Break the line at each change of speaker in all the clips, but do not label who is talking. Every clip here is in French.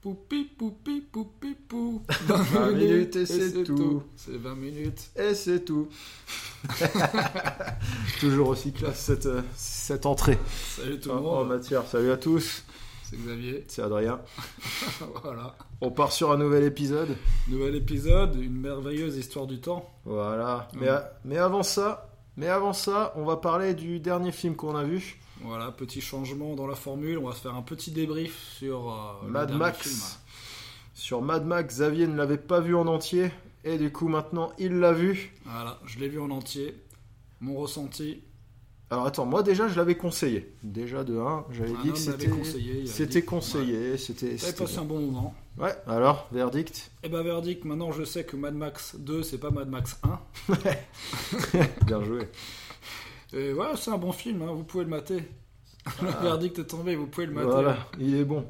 Poupi, poupi, poupi, pou.
20 minutes et c'est tout.
C'est 20 minutes.
Et c'est tout. Toujours aussi classe cette, euh, cette entrée
Salut tout
en,
le
en
monde.
matière. Salut à tous,
C'est Xavier.
c'est Adrien.
voilà.
On part sur un nouvel épisode.
Nouvel épisode, une merveilleuse histoire du temps.
Voilà. Mais,
Ouais.
a- mais avant ça, mais avant ça, on va parler du dernier film qu'on a vu,
Voilà, petit changement dans la formule. On va se faire un petit débrief sur euh, le
Mad
dernier
Max.
film. hein.
Sur Mad Max, Xavier ne l'avait pas vu en entier. Et du coup, maintenant, il l'a vu.
Voilà, je l'ai vu en entier. Mon ressenti.
Alors attends, moi déjà, je l'avais conseillé. Déjà de 1, j'avais
un
dit
homme
que
l'avait
c'était
conseillé. il avait
c'était
dit- Ouais.
conseillé. C'était.
J'avais
c'était
passé un bon moment.
bon. Ouais, alors, verdict
Et bah, verdict, maintenant je sais que Mad Max 2, c'est pas Mad Max 1.
Bien joué.
Et voilà, c'est un bon film, hein, vous pouvez le mater. Le verdict est tombé, vous pouvez le mater.
Ah. Voilà, il est bon.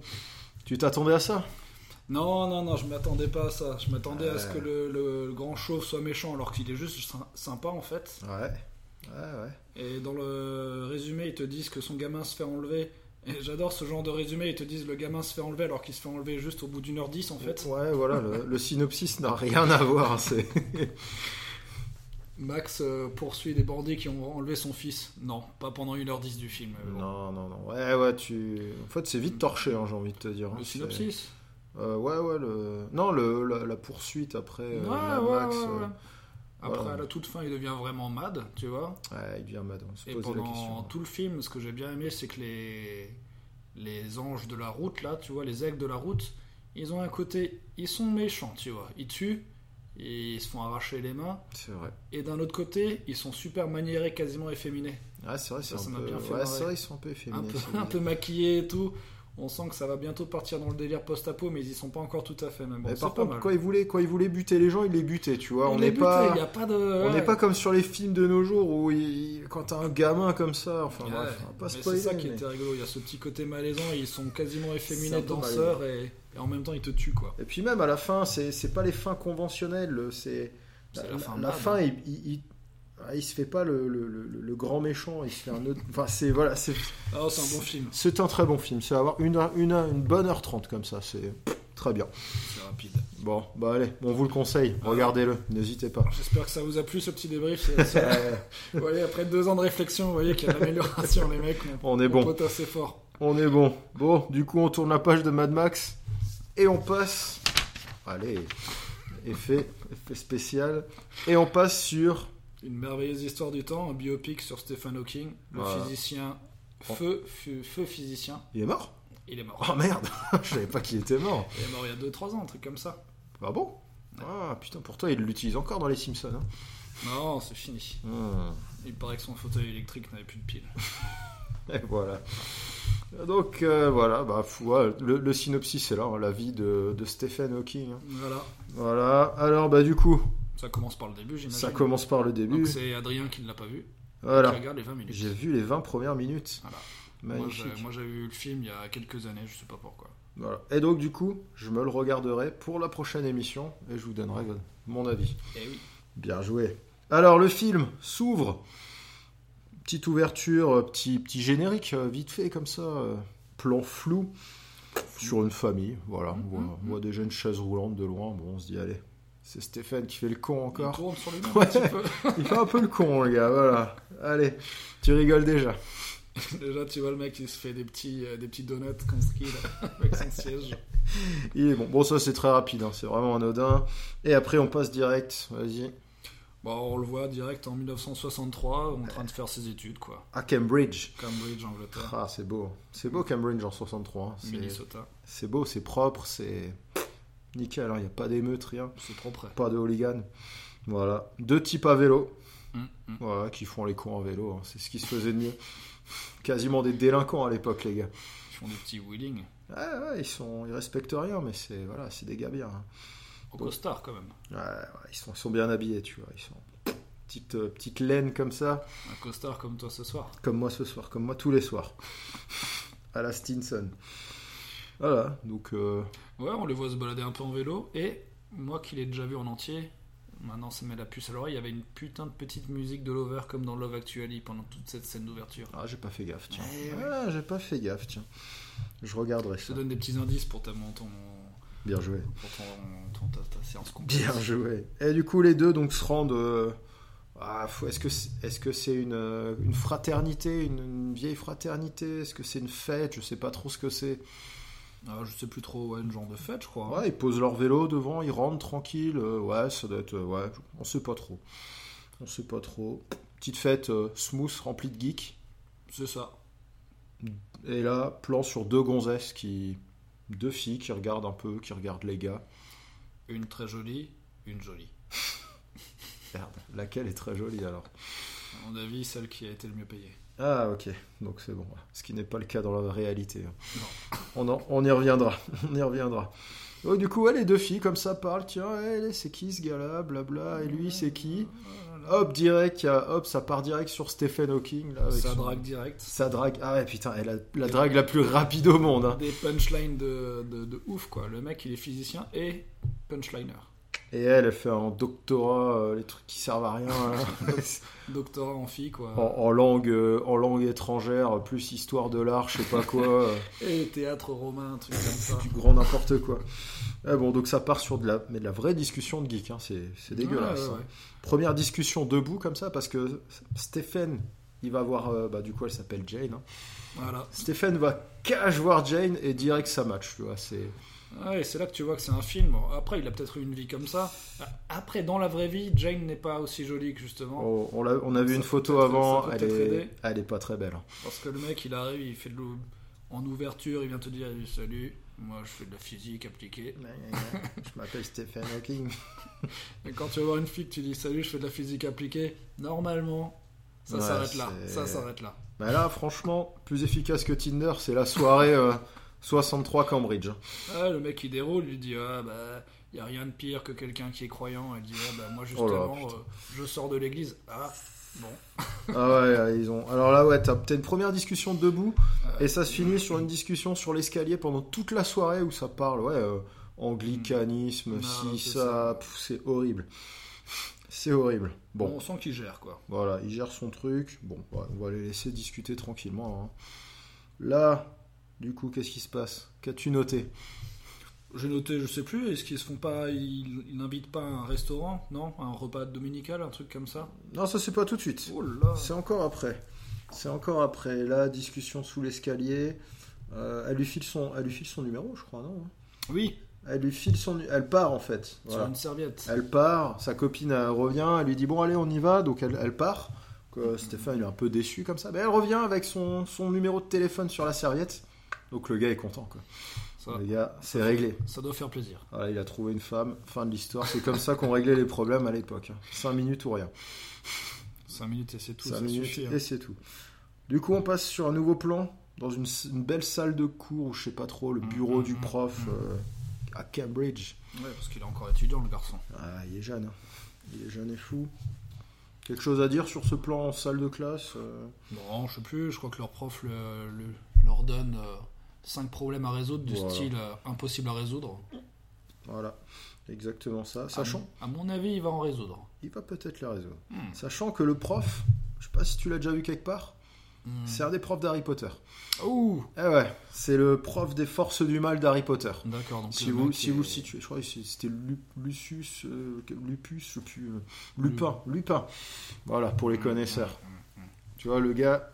Tu t'attendais à ça
Non, non, non, je m'attendais pas à ça. Je m'attendais à ce
Euh.
que le, le- le grand chauve soit méchant alors qu'il est juste sy- sympa en fait.
Ouais. Ouais, ouais.
Et dans le résumé, ils te disent que son gamin se fait enlever. Et j'adore ce genre de résumé, ils te disent le gamin se fait enlever alors qu'il se fait enlever juste au bout d'une heure dix en fait.
Ouais, voilà, le, le synopsis n'a rien à voir. C'est...
Max euh, poursuit des bandits qui ont enlevé son fils. Non, pas pendant une heure dix du film. Euh, mais bon.
Non, non, non. Ouais, ouais, tu. En fait, c'est vite torché, hein, j'ai envie de te dire. hein.
Le
C'est-
synopsis
Euh, Ouais, ouais, le. Non, le, la, la poursuite après euh,
Ouais,
Mad
ouais,
Max.
ouais,
euh,
ouais. Après,
voilà.
à la toute fin, il devient vraiment mad, tu vois.
euh, ouais, il devient mad, on se
Et
posait la
pendant
question. hein.
tout le film, ce que j'ai bien aimé, c'est que les... les anges de la route, là, tu vois, les aigles de la route, ils ont un côté, ils sont méchants, tu vois. Ils tuent, et ils se font arracher les mains,
C'est vrai.
et d'un autre côté, ils sont super maniérés, quasiment efféminés.
Ah, c'est vrai, c'est
Ça, ça
un
m'a
peu.
bien fait
ouais,
marrer.
c'est vrai, ils sont un peu
un,
efféminés.
peu,
c'est
un
vrai.
peu maquillés et tout. On sent que ça va bientôt partir dans le délire post-apo, mais ils y sont pas encore tout à fait. Mais bon,
Mais
c'est
par
pas
contre,
mal.
quand ils, voulaient, quand ils voulaient buter les gens, ils les butaient, tu vois.
Il
on
est
n'est
buté,
pas.
il y a pas de.
On n'est
ouais.
pas comme sur les films de nos jours où il- quand t'as un gamin comme ça, enfin
Ouais,
bref, on va pas
mais
spoiler.
c'est ça qui
mais-
était rigolo, il y a ce petit côté malaisant, ils sont quasiment
C'est
efféminés
un peu
danseurs et, et en même temps ils te tuent quoi.
Et puis même à la fin, c'est c'est pas les fins conventionnelles, c'est
C'est la fin
La
mad,
fin,
hein.
il, il, il- ah, il se fait pas le, le- le- le grand méchant, il se fait un autre. Enfin c'est voilà, c'est
Ah, c'est un bon film,
c'est un très bon film. C'est avoir une heure- une heure- une bonne heure trente comme ça, c'est très bien.
c'est rapide.
Bon, bah allez, on vous le conseille, regardez-le, n'hésitez pas.
J'espère que ça vous a plu ce petit débrief. c'est- c'est-
Euh,
vous voyez, après deux ans de réflexion, vous voyez qu'il y a de l'amélioration, les mecs. On,
on est bon,
pote assez fort.
on est bon. Bon, du coup on tourne la page de Mad Max et on passe. Allez, effet, effet spécial et on passe sur
Une merveilleuse histoire du temps, un biopic sur Stephen Hawking, le
Voilà.
physicien, feu, feu, feu physicien.
Il est mort
Il est mort.
Oh merde Je savais pas qu'il était mort.
Il est mort il y a 2-3 ans, un truc comme ça.
Ah bon Ah putain, pourtant il l'utilise encore dans les Simpsons. hein.
Non, c'est fini. Il paraît que son fauteuil électrique n'avait plus de piles.
Et voilà. Donc euh, voilà, bah, fou, ouais, le, le synopsis c'est là, hein, la vie de, de Stephen Hawking. hein.
Voilà,
Voilà, alors bah du coup,
ça commence par le début, j'imagine.
ça commence par le
Donc
début.
c'est Adrien qui ne l'a pas vu.
Voilà,
Qui regarde les 20 minutes.
j'ai vu les 20 premières minutes.
Voilà. Moi, j'ai-
Magnifique.
Moi j'avais vu le film il y a quelques années, je sais pas pourquoi.
Voilà. Et donc du coup, je me le regarderai pour la prochaine émission et je vous donnerai mon avis.
Et oui.
Bien joué. Alors le film s'ouvre. Petite ouverture, euh, petit, petit générique, euh, vite fait comme ça. euh, Plan flou sur une famille. Voilà, on
Mhm.
voit, on voit déjà une chaise roulante de loin. Bon, on se dit, allez, c'est Stéphane qui fait le con
Il
encore.
tourne sur lui
Ouais.
un petit peu.
Il fait un peu le con, le gars, voilà. Allez, tu rigoles déjà.
Déjà, tu vois le mec, il se fait des petits, euh, des petits donuts comme ski là, avec son siège.
Il est bon. Bon, ça c'est très rapide, hein, c'est vraiment anodin. Et après, on passe direct, vas-y,
Bon, on le voit direct en 1963, en train de faire ses études, quoi.
à Cambridge.
Cambridge, Angleterre,
Ah, c'est beau. C'est beau Cambridge en 63. hein. C'est-
Minnesota.
C'est beau, c'est propre, c'est nickel. hein. Il n'y a pas d'émeute, rien.
C'est trop près.
Pas de hooligan. Voilà. Deux types à vélo Mm,
Hum, hum.
voilà, qui font les cons en vélo. hein. C'est ce qui se faisait de mieux. Quasiment des délinquants à l'époque, les gars.
Ils font des petits wheeling.
Ouais, ouais, ils, sont, ils respectent rien, mais c'est voilà, c'est des gars bien. hein.
Au
Donc-
costard, quand même.
Ouais, ouais, ils, sont, ils sont bien habillés, tu vois. Ils sont petite, euh, petite laine comme ça,
Un costard comme toi ce soir.
comme moi ce soir, comme moi tous les soirs. À la Stinson. Voilà, donc euh,
Ouais, on les voit se balader un peu en vélo. Et moi qui l'ai déjà vu en entier, Maintenant, ça met la puce à l'oreille. Il y avait une putain de petite musique de Lover comme dans Love Actually pendant toute cette scène d'ouverture.
Ah, j'ai pas fait gaffe, tiens.
Eh ouais.
Ah, j'ai pas fait gaffe, tiens. Je regarderai
Je te
ça.
donne des petits indices pour ta, mon- ton,
Bien joué.
pour ton- ton- ta, ta séance complète.
Bien joué. Et du coup, les deux donc se rendent. euh, ah, faut- est-ce que c'est, est-ce que c'est une, euh, une fraternité, une, une vieille fraternité Est-ce que c'est une fête Je sais pas trop ce que c'est.
Ah, je sais plus trop, ouais, une genre de fête, je crois.
Ouais, ils posent leur vélo devant, ils rentrent tranquille. ouais, ça doit être. euh, ouais, on sait pas trop. On sait pas trop. Petite fête euh, smooth, remplie de geeks.
C'est ça.
Et là, plan sur deux gonzesses qui. Deux filles qui regardent un peu, qui regardent les gars.
Une très jolie, une jolie.
Merde, laquelle est très jolie alors
À mon avis, celle qui a été le mieux payée.
Ah ok, donc c'est bon. Ce qui n'est pas le cas dans la réalité. hein. On, en- on y reviendra. On y reviendra. Oh, du coup, ouais, les deux filles comme ça parlent. Tiens, elle, c'est qui ce gars-là Blabla. Et lui, c'est qui Hop, direct. il y a- Hop, ça part direct sur Stephen Hawking. Là, Ah, avec
Ça
son-
drague direct.
Ça drague. Ah ouais, putain, elle a la drague la plus rapide au monde. hein.
Des punchlines de, de, de ouf, quoi. Le mec, il est physicien et punchliner.
Et elle, elle fait un doctorat, euh, les trucs qui servent à rien. hein.
Doctorat en fille, quoi.
en, en langue, euh, en langue étrangère, plus histoire de l'art, je sais pas quoi. euh.
Et théâtre romain, un truc comme ça.
du grand n'importe quoi. Ah bon, donc ça part sur de la, mais de la vraie discussion de geek, hein, c'est c'est dégueulasse.
Ouais, ouais,
hein.
ouais.
Première discussion debout comme ça, parce que Stéphane, il va voir, euh, bah, du coup elle s'appelle Jane. hein.
Voilà.
Stéphane va cash voir Jane et direct ça match, tu vois. C'est
Ouais, Ah, et c'est là que tu vois que c'est un film. Après, il a peut-être eu une vie comme ça. Après, dans la vraie vie, Jane n'est pas aussi jolie que justement.
on, on l'a- on a vu
Ça
une
peut
photo
peut-être-
avant,
ça peut
elle
peut-être
est,
aider.
elle est pas très belle. hein.
Parce que le mec, il arrive, il fait de l'ou- en ouverture, il vient te dire Salut, moi je fais de la physique appliquée.
Je m'appelle Stephen Hawking.
Et quand tu vas voir une fille, que tu dis Salut, je fais de la physique appliquée. Normalement, ça
Ouais,
s'arrête là.
c'est-
Ça s'arrête là.
Bah là, franchement, plus efficace que Tinder, c'est la soirée euh, 63 Cambridge. hein.
Ah, le mec, il déroule, il dit Ah bah. Il n'y a rien de pire que quelqu'un qui est croyant. Elle dit Ah bah moi
Oh là,
justement,
putain.
euh, je sors de l'église. Ah bon.
Ah ouais, ouais, ils ont. Alors là, ouais, t'as t'as une première discussion debout,
Ah,
et ça se finit sur une discussion sur l'escalier pendant toute la soirée où ça parle, ouais, euh, anglicanisme,
Mm. Non,
si,
c'est
ça,
ça.
pff, c'est horrible. C'est horrible. Bon,
On sent qu'il gère quoi.
voilà, il gère son truc. Bon, ouais, on va les laisser discuter tranquillement. hein. Là, du coup, qu'est-ce qui se passe Qu'as-tu noté
J'ai noté, je sais plus, est-ce qu'ils se font pas, ils, ils n'invitent pas à un restaurant, non Un repas dominical, un truc comme ça
Non, ça c'est pas tout de suite.
Oh là
C'est encore après. C'est encore après. Là, discussion sous l'escalier. Euh, elle, lui file son... elle lui file son numéro, je crois, non hein?
Oui,
Elle lui file son. Elle part en fait. Voilà.
sur une serviette.
Elle part, sa copine elle revient, elle lui dit bon allez on y va, donc elle, elle part. Donc, euh, Stéphane il est un peu déçu comme ça, mais elle revient avec son, son numéro de téléphone sur la serviette. Donc le gars est content quoi.
Ça,
Le gars, c'est réglé.
ça doit faire plaisir.
Voilà, il a trouvé une femme, fin de l'histoire. C'est comme ça qu'on réglait les problèmes à l'époque. 5 minutes ou rien.
5 minutes et c'est tout,
Cinq
ça
minutes
suffit. hein.
et c'est tout. Du coup on passe sur un nouveau plan, dans une, s- une belle salle de cours, ou je sais pas trop, le bureau
Mhm,
du
mhm,
prof
mhm.
euh, à Cambridge.
Ouais, parce qu'il est encore étudiant le garçon.
Ah, il est jeune. hein. Il est jeune et fou. Quelque chose à dire sur ce plan en salle de classe euh,
Non, je sais plus, je crois que leur prof le- le- leur donne 5 problèmes à résoudre du
Voilà.
style euh, impossible à résoudre.
Voilà, exactement
Ah
ça. Sachant,
À mon avis, il va en résoudre.
il va peut-être la résoudre.
Hmm.
Sachant que le prof, je sais pas si tu l'as déjà vu quelque part,
Hmm.
c'est un des profs d'Harry Potter.
Ouh
Eh ouais, c'est le prof des forces du mal d'Harry Potter.
D'accord, donc
Si
le
vous,
mec
si
est-
vous le situez, je crois que c'était Lu- Lucius, euh, Lupus, je sais plus, euh, Lupin, Lupin. Voilà, pour
Hmm,
les connaisseurs. Tu vois, le gars,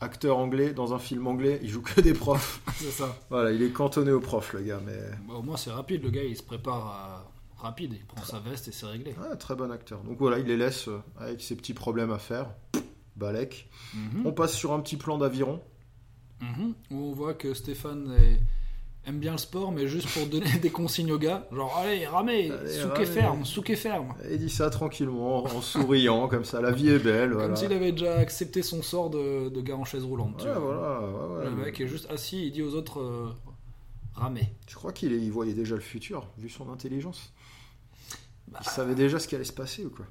acteur anglais, dans un film anglais, il joue que des profs.
C'est ça.
Voilà, il est cantonné au prof, le gars, mais.
Bah, au moins, c'est rapide, le gars, il se prépare à... rapide, il prend sa veste et c'est réglé.
Ouais, très bon acteur. Donc voilà, il les laisse euh, avec ses petits problèmes à faire. Balek.
Mhm.
On passe sur un petit plan d'aviron.
Mhm. Où on voit que Stéphane est- aime bien le sport, mais juste pour donner des consignes aux gars. Genre, allez, ramez,
Allez,
souquez
ramez.
ferme, souquez ferme.
Et il dit ça tranquillement, en souriant, comme ça. La vie est belle, voilà.
Comme s'il avait déjà accepté son sort de, de gars en chaise roulante. tu
Ouais,
vois.
voilà. ouais, ouais.
Le mec est juste assis, il dit aux autres, euh, ramez.
Je crois qu'il est- il voyait déjà le futur, vu son intelligence.
Bah.
Il savait déjà ce qui allait se passer ou quoi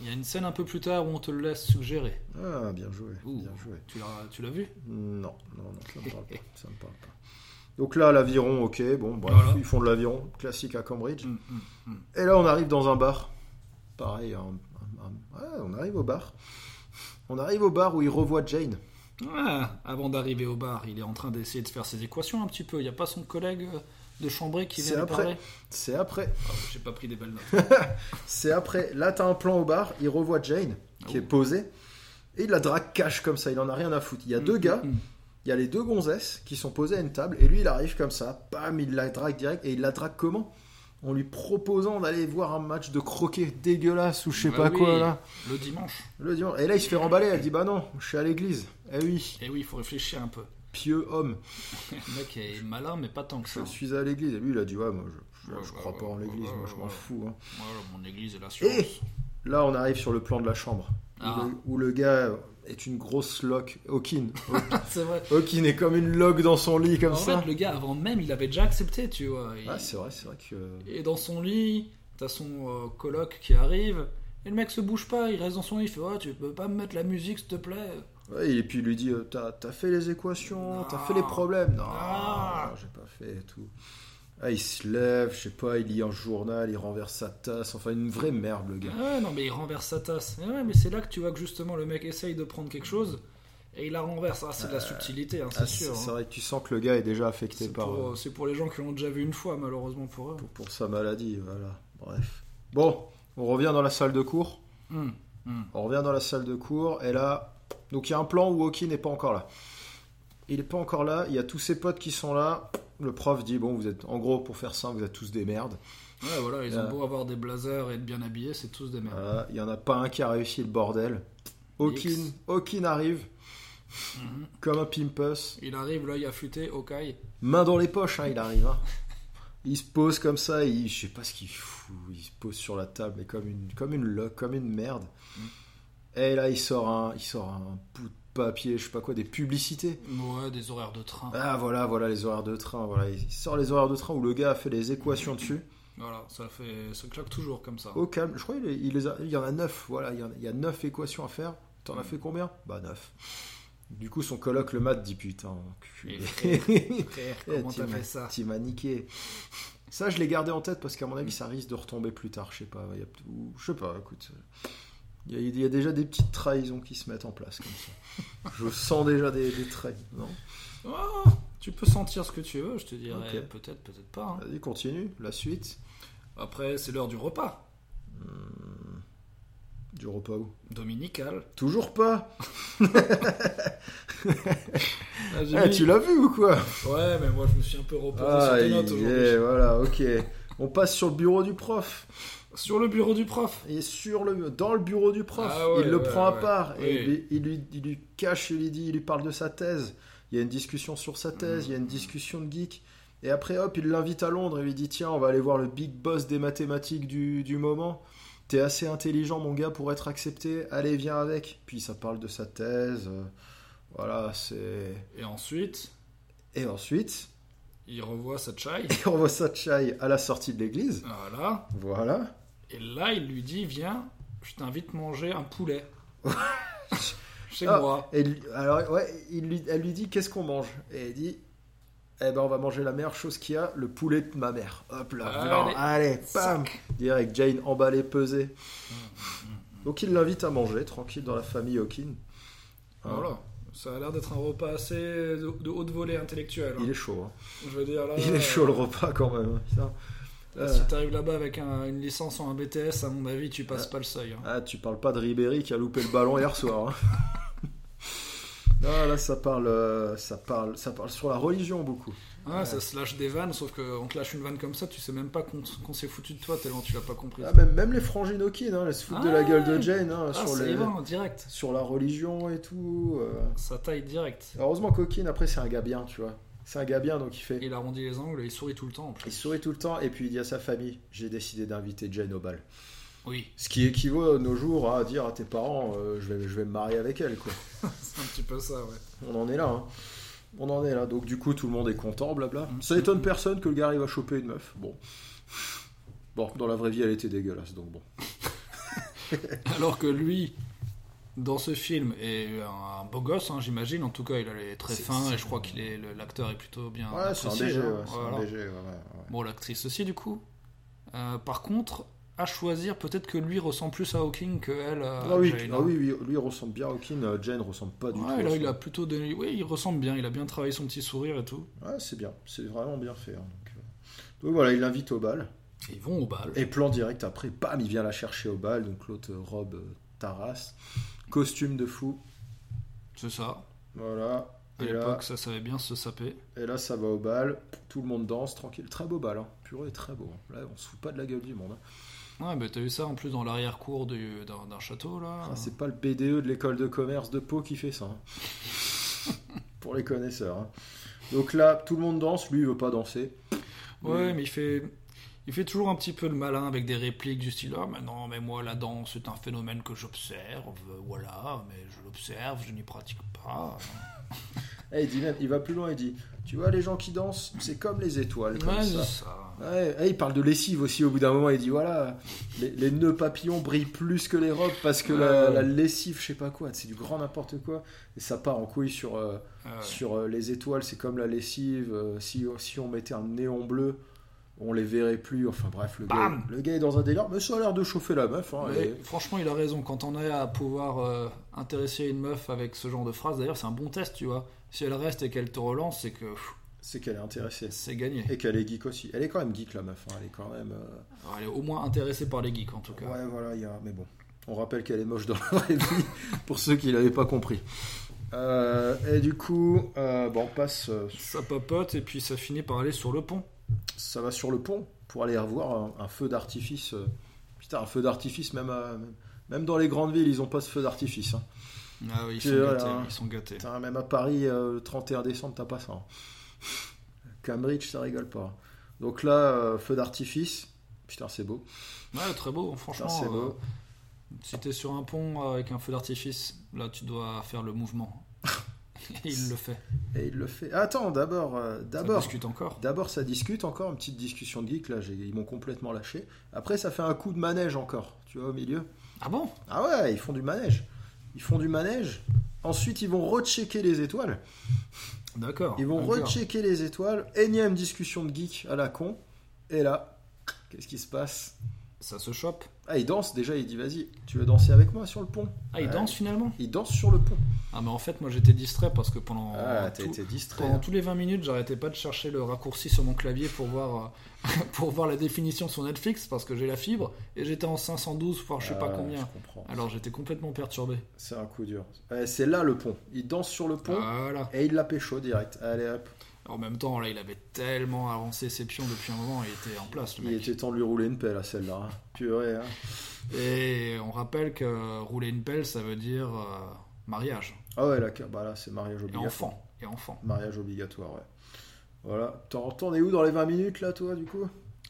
Il y a une scène un peu plus tard où on te le laisse suggérer.
Ah, bien joué.
Ouh.
Bien joué.
Tu l'as, tu l'as vu
Non, non, non, ça me parle pas. Ça me parle pas. Donc là, l'aviron, ok, bon, bref,
Voilà.
Mm, ils font de l'aviron, classique à Cambridge.
Mhm.
Et là, on arrive dans un bar. pareil, un- un- un- ouais, on arrive au bar. On arrive au bar où il revoit Jane.
Ah, avant d'arriver au bar, il est en train d'essayer de faire ses équations un petit peu. Il n'y a pas son collègue euh, de chambrée qui
C'est
vient lui
après.
parler
C'est après.
Ah, J'ai pas pris des belles notes.
C'est après. Là, t'as un plan au bar. Il revoit Jane, qui
Oh.
est posée. Et il la drague cache comme ça. Il en a rien à foutre. Il y a deux gars.
Mm.
Il y a les deux gonzesses qui sont posées à une table. Et lui, il arrive comme ça. Bam, il la drague direct. Et il la drague comment En lui proposant d'aller voir un match de croquet dégueulasse ou je sais
Bah
pas
oui.
quoi là.
Le dimanche.
Le dimanche. Et là, il se fait remballer. Elle dit Bah non, je suis à l'église. Eh oui,
Et oui, il faut réfléchir un peu.
pieux homme.
Le mec est malin, mais pas tant que ça.
Je suis à l'église. Et lui, il a dit Ouais, moi, je, je,
Ouais,
je
ouais,
crois
ouais,
pas en
ouais,
l'église.
ouais,
Moi, je
ouais,
m'en
ouais.
fous. hein.
Moi, mon église est l'assurance.
Eh Là, on arrive sur le plan de la chambre. où
Ah.
le- Où, le, gars est une grosse loque. Hawking.
c'est vrai.
Hawking est comme une loque dans son lit, comme
En
ça.
fait, le gars, avant même, il avait déjà accepté, tu vois. Il-
Ah, c'est vrai, c'est vrai que.
Et dans son lit, t'as son euh, coloc qui arrive. Et le mec se bouge pas, il reste dans son lit. Il fait Ouais, Tu peux pas me mettre la musique, s'il te plaît
Ouais, et puis il lui dit euh, T'as t'as fait les équations, t'as
Non. Ah.
fait les problèmes. Non,
Non.
j'ai pas fait et tout. Ah, il se lève, je sais pas, il lit un journal, il renverse sa tasse. Enfin, une vraie merde, le gars.
Ah Ouais, non, mais il renverse sa tasse. Et ouais, mais c'est là que tu vois que justement le mec essaye de prendre quelque chose et il la renverse. Ah, c'est de la subtilité, hein, c'est
Ah, C'est
sûr.
c'est
hein.
vrai que tu sens que le gars est déjà affecté
C'est
par,
pour,
euh,
euh, c'est pour les gens qui l'ont déjà vu une fois, malheureusement pour eux.
pour, pour sa maladie, voilà. Bref. Bon, on revient dans la salle de cours.
Hum, hum.
On revient dans la salle de cours, et là... Donc il y a un plan où Hawking n'est pas encore là. Il n'est pas encore là, il y a tous ses potes qui sont là. Le prof dit, bon, vous êtes... En gros, pour faire simple, vous êtes tous des merdes.
Ouais, voilà, ils
Euh.
ont beau avoir des blazers et être bien habillés, c'est tous des merdes.
Voilà, il n'y en a pas un qui a réussi le bordel. Hawking,
X.
Hawking arrive, comme un pimpus.
Il arrive, l'œil affûté, Hawkeye.
Main dans les poches, hein, il arrive. hein. Il se pose comme ça, il, je sais pas ce qu'il fout, il se pose sur la table, mais comme une, comme une loque, comme une merde. Et là, il sort un, il sort un bout de papier, je sais pas quoi, des publicités.
Ouais, des horaires de train.
Ah voilà, voilà les horaires de train, voilà, il sort les horaires de train où le gars a fait les équations dessus.
Voilà, ça fait, ça claque toujours comme ça.
Au calme, je crois qu'il il les a- il y en a 9, voilà, il y en a- il y a 9 équations à faire. T'en as fait combien Bah 9. Du coup, son coloc le mat dit putain, enculé.
Frère,
Eh,
comment
tu
t'as
m'as-
fait ça
Tu m'as niqué. Ça, je l'ai gardé en tête parce qu'à mon avis, ça risque de retomber plus tard. Je sais pas. il y a- ou- je sais pas, écoute. Il y, a, il y a déjà des petites trahisons qui se mettent en place comme ça. je sens déjà des, des traits. Non
Oh, Tu peux sentir ce que tu veux, je te dirais.
Ok.
Peut-être, peut-être pas. hein.
Vas-y, continue. La suite
Après, c'est l'heure du repas.
du repas où
Dominical.
Toujours pas
Ah, j'ai
Eh,
mis-
Tu l'as vu ou quoi
Ouais, mais moi je me suis un peu reposé sur
Ah,
tes notes
il
aujourd'hui.
est, voilà, ok. On passe sur le bureau du prof.
Sur le bureau du prof.
Et sur le, dans le bureau du prof,
Ah ouais,
il le
ouais,
prend à
ouais.
part. Et
Oui.
il, lui, il, lui, il lui cache, il lui dit, il lui parle de sa thèse. Il y a une discussion sur sa
Mm.
thèse, il y a une discussion de geek. Et après, hop, il l'invite à Londres et lui dit Tiens, on va aller voir le big boss des mathématiques du, du moment. T'es assez intelligent, mon gars, pour être accepté. Allez, viens avec. Puis ça parle de sa thèse. euh, Voilà, c'est.
Et ensuite,
Et ensuite,
il revoit sa chai.
on voit Satchai à la sortie de l'église.
voilà.
Voilà.
Et là, il lui dit Viens, je t'invite manger un poulet. Chez
Ah.
moi.
Et lui- alors, ouais, il lui- elle lui dit qu'est-ce qu'on mange Et elle dit Eh ben, on va manger la meilleure chose qu'il y a, le poulet de ma mère. Hop là,
Ah, Allez.
blanc, allez, pam Direct, Jane emballée, pesée. Donc, il l'invite à manger, tranquille, dans la famille Hawking.
Ah,
Hein,
Voilà. Ça a l'air d'être un repas assez de, de haute volée intellectuelle. hein.
Il est chaud, hein.
Je veux dire, là,
il est chaud Ah. le repas quand même. hein, putain.
là, si t'arrives là-bas avec un- une licence ou un BTS, à mon avis, tu passes pas le seuil. hein.
Ah, tu parles pas de Ribéry qui a loupé le ballon hier soir. hein. Non, là, ça parle, euh, ça, parle, ça parle sur la religion beaucoup.
Ah, Ça se lâche des vannes, sauf qu'on te lâche une vanne comme ça, tu sais même pas qu'on qu'on s'est foutu de toi tellement tu l'as pas compris.
Ah, même, même les frangines Hawking, hein, elles se foutent de la
Ah.
gueule de Jane hein,
Ah,
sur
ça
les.
y va, en direct.
sur la religion et tout. euh.
Ça taille direct.
Heureusement qu'Hawking, après, c'est un gars bien, tu vois. C'est un gars bien, donc il fait.
Il arrondit les angles, il sourit tout le temps en plus.
Il sourit tout le temps et puis il dit à sa famille J'ai décidé d'inviter Jane au bal.
Oui,
Ce qui équivaut de nos jours à dire à tes parents euh, je, vais, je vais me marier avec elle, quoi.
c'est un petit peu ça, ouais.
On en est là, hein. On en est là. Donc, du coup, tout le monde est content, blabla.
Mhm.
Ça étonne personne que le gars arrive à choper une meuf. Bon. Bon, dans la vraie vie, elle était dégueulasse, donc bon.
Alors que lui, dans ce film, est un beau gosse, hein, j'imagine. En tout cas, il a les traits
C'est-
fins
c'est-
et je crois qu'il est le- l'acteur est plutôt bien.
Ouais, c'est un
apprécié,
BG,
Ah, hein.
ouais, c'est un
Voilà.
BG, ouais, ouais, ouais.
Bon, l'actrice aussi, du coup. Euh, par contre, à choisir, peut-être que lui ressemble plus à Hawking que elle. À
Ah oui,
Jane,
ah
hein.
oui, oui, lui ressemble bien à Hawking, euh, Jane ressemble pas du
Ouais,
tout. à
là,
ça.
il a plutôt des... Oui, il ressemble bien, il a bien travaillé son petit sourire et tout.
Ouais, c'est bien, c'est vraiment bien fait. hein, donc, euh. Donc voilà, il l'invite au bal.
Et ils vont au bal.
Et plan direct après, bam, il vient la chercher au bal, donc l'autre euh, robe euh, Taras, costume de fou,
C'est ça.
voilà.
À
Et là,
l'époque, ça savait bien se saper.
et là, ça va au bal, tout le monde danse, tranquille. Très beau bal, hein. purée, très beau. hein. Là, on se fout pas de la gueule du monde. hein.
Ouais, bah t'as vu ça en plus dans l'arrière-cour du- d'un d'un château là.
Ah, c'est pas le BDE de l'école de commerce de Pau qui fait ça. hein. Pour les connaisseurs. hein. Donc là, tout le monde danse, lui, il veut pas danser.
Ouais, mais il fait, il fait toujours un petit peu le malin avec des répliques du style Ah, mais non, mais moi, la danse, c'est un phénomène que j'observe, euh, voilà, mais je l'observe, je n'y pratique pas.
Eh, il, dit même- il va plus loin, il dit Tu vois, les gens qui dansent, c'est comme les étoiles. Comme
Ouais,
ça.
c'est ça.
Ouais, eh, il parle de lessive aussi au bout d'un moment. Il dit Voilà, les, les nœuds papillons brillent plus que les robes parce que la,
Ouais.
la lessive, je sais pas quoi, c'est du grand n'importe quoi. Et ça part en couille sur, euh,
Ouais.
sur euh, les étoiles, c'est comme la lessive. euh, si, si on mettait un néon bleu, on les verrait plus. Enfin bref, le, gars,
Bam
le gars est dans un délire, mais ça a l'air de chauffer la meuf. hein,
Mais
et-
franchement, il a raison. Quand on est à pouvoir euh, intéresser une meuf avec ce genre de phrase, d'ailleurs, c'est un bon test, tu vois. Si elle reste et qu'elle te relance, c'est que pff,
C'est qu'elle est intéressée.
c'est gagné.
Et qu'elle est geek aussi. Elle est quand même geek la meuf, hein, elle est quand même. euh,
Alors, elle est au moins intéressée par les geeks, en tout cas.
Ouais, voilà, il y a... mais bon. On rappelle qu'elle est moche dans la vraie vie, pour ceux qui l'avaient pas compris. Euh, et du coup, euh, bon, on passe, euh,
Ça papote et puis ça finit par aller sur le pont.
ça va sur le pont pour aller revoir un, un feu d'artifice. euh, Putain, un feu d'artifice, même, à- même dans les grandes villes, ils ont pas ce feu d'artifice. hein.
Ah oui, ils
Tu
sont
vois,
gâtés.
là.
Ils sont gâtés.
Putain, même à Paris, euh, le 31 décembre, t'as pas ça. hein. Cambridge, ça rigole pas. hein. Donc là, euh, feu d'artifice. Putain, c'est beau.
Ouais, très beau,
Putain,
franchement.
c'est
euh,
beau.
Si t'es sur un pont avec un feu d'artifice, là tu dois faire le mouvement. Et il le fait.
Et il le fait. Attends, d'abord, euh,
Ça
d'abord.
discute encore.
D'abord, ça discute encore, une petite discussion de geek, là, j'ai- ils m'ont complètement lâché. Après, ça fait un coup de manège encore, tu vois, au milieu.
Ah bon
Ah ouais, ils font du manège. Ils font du manège. Ensuite, ils vont rechecker les étoiles.
D'accord.
Ils vont
D'accord.
rechecker les étoiles. Énième discussion de geek à la con. Et là, qu'est-ce qui se passe
Ça se chope.
Ah, il danse déjà, il dit vas-y, tu veux danser avec moi sur le pont
Ah, il
Ouais.
danse finalement
Il danse sur le pont.
Ah, mais en fait, moi j'étais distrait parce que pendant,
Ah,
tout-
t'as été distrait.
pendant
hein.
tous les 20 minutes, j'arrêtais pas de chercher le raccourci sur mon clavier pour voir, euh, pour voir la définition sur Netflix parce que j'ai la fibre et j'étais en 512, voire je sais pas
Ah, Je
combien.
comprends.
Alors j'étais complètement perturbé.
C'est un coup dur. Ah. Eh, C'est là le pont. Il danse sur le pont
Voilà.
et il la pécho direct. Allez hop.
En même temps, là, il avait tellement avancé ses pions depuis un moment, il était en place le
Il
mec.
était temps de lui rouler une pelle à celle-là. hein. Purée. hein.
Et on rappelle que rouler une pelle, ça veut dire euh, mariage
Ah ouais, là, bah là c'est mariage
et
obligatoire.
enfant. Et enfant.
Mariage obligatoire, ouais. Voilà. T'en t'en es où dans les 20 minutes là, toi, du coup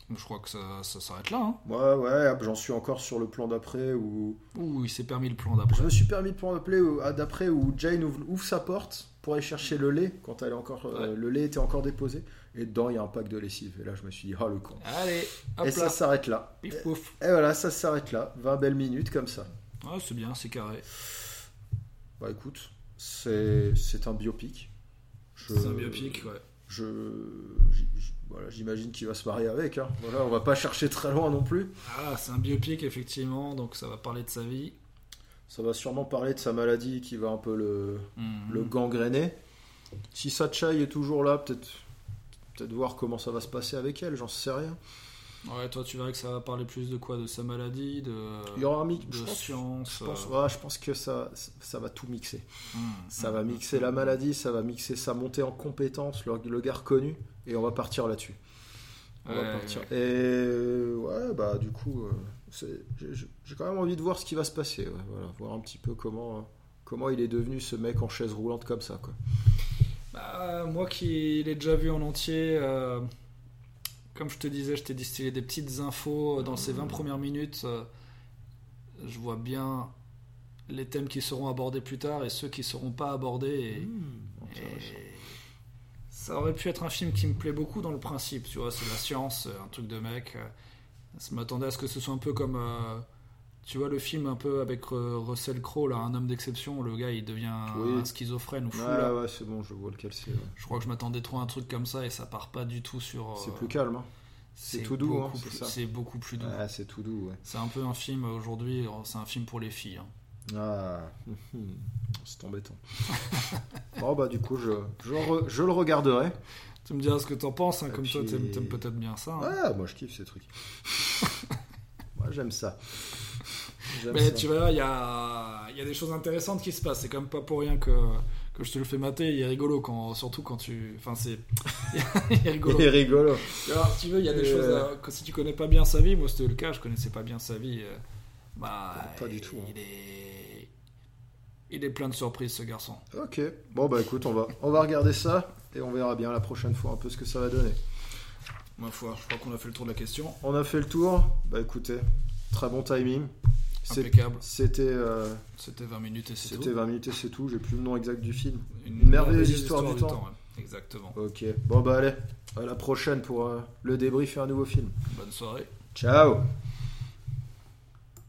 Donc je crois que ça, ça s'arrête là. Hein.
Ouais, ouais, hop, j'en suis encore sur le plan d'après où.
Ouh, il s'est permis le plan
Je
d'après.
me suis permis le plan d'après où, ah, d'après où Jane ouvre, ouvre sa porte pour aller chercher le lait quand elle est encore, euh,
Ouais.
le lait était encore déposé. Et dedans, il y a un pack de lessive. Et là, je me suis dit, ah le con.
Allez, hop là,
et ça s'arrête là.
pif pouf.
Et voilà, ça s'arrête là. 20 belles minutes comme ça.
Ah, c'est bien, c'est carré.
Bah écoute, c'est c'est un biopic. Je-
C'est un biopic, ouais.
je, j- j- voilà, j'imagine qu'il va se marier avec. Hein. Voilà, on va pas chercher très loin non plus.
Ah, c'est un biopic, effectivement, donc ça va parler de sa vie.
Ça va sûrement parler de sa maladie qui va un peu le,
Mhm.
le gangréner. Si Satchai est toujours là, peut-être peut-être voir comment ça va se passer avec elle, j'en sais rien.
Ouais, toi, tu verrais que ça va parler plus de quoi De sa maladie, de,
Il y aura un mix. Je
de
pense,
science.
je pense-
euh,
ouais, je pense que ça, ça va tout mixer.
mhm.
Ça va mixer la maladie, ça va mixer sa montée en compétence, le, le gars reconnu, et on va partir là-dessus. On va
Ouais,
partir.
ouais.
Et ouais, bah du coup, euh, c'est- j'ai- j'ai j'ai quand même envie de voir ce qui va se passer. ouais, voilà. Voir un petit peu comment, euh, comment il est devenu ce mec en chaise roulante comme ça. Quoi.
Bah, moi qui l'ai déjà vu en entier, euh, comme je te disais, je t'ai distillé des petites infos euh, dans ces 20 premières minutes. euh, je vois bien les thèmes qui seront abordés plus tard et ceux qui seront pas abordés. et- et
Intéressant.
ça aurait pu être un film qui me plaît beaucoup dans le principe, tu vois, c'est la science, euh, un truc de mec. euh, Je m'attendais à ce que ce soit un peu comme, euh, tu vois, le film un peu avec euh, Russell Crowe, là, un homme d'exception, le gars il devient
Oui.
un schizophrène ou fou.
Ouais,
là.
ouais, c'est bon, je vois lequel c'est. ouais.
Je crois que je m'attendais trop à un truc comme ça et ça part pas du tout sur. euh,
C'est plus calme. hein. C'est tout doux, hein,
beaucoup
c'est
plus-
ça.
C'est beaucoup plus doux.
Ah, c'est tout doux, ouais.
C'est un peu un film euh, aujourd'hui, euh, c'est un film pour les filles. hein.
Ah, hum, c'est embêtant. bon, bah, du coup, je, je, re- je le regarderai.
Tu me diras ce que t'en penses, hein,
Et
comme
puis-
toi t'aimes t'aimes peut-être bien ça. hein.
Ah, moi, je kiffe ces trucs. moi, j'aime ça. J'aime
Mais
ça.
tu verras, il y a, il y a des choses intéressantes qui se passent. C'est quand même pas pour rien que, que je te le fais mater. Il est rigolo, quand, surtout quand tu. Enfin, c'est. il est rigolo.
Il est rigolo.
Alors, si tu veux, il y a des
Euh,
choses. euh, que si tu connais pas bien sa vie, moi c'était le cas, je connaissais pas bien sa vie. euh, bah,
Pas du
il-
tout, hein.
Il est. Il est plein de surprises, ce garçon.
Ok, bon bah écoute, on va, on va regarder ça et on verra bien la prochaine fois un peu ce que ça va donner.
Ma foi, je crois qu'on a fait le tour de la question.
On a fait le tour, bah écoutez, très bon timing. C'est-
Impeccable.
C'était euh,
C'était 20 minutes et c'est tout.
c'était 20 minutes et c'est tout, j'ai plus le nom exact du film.
Une,
merveilleuse histoire du temps.
ouais. Exactement.
Ok, bon bah allez, à la prochaine pour euh, le débrief et un nouveau film.
Bonne soirée.
Ciao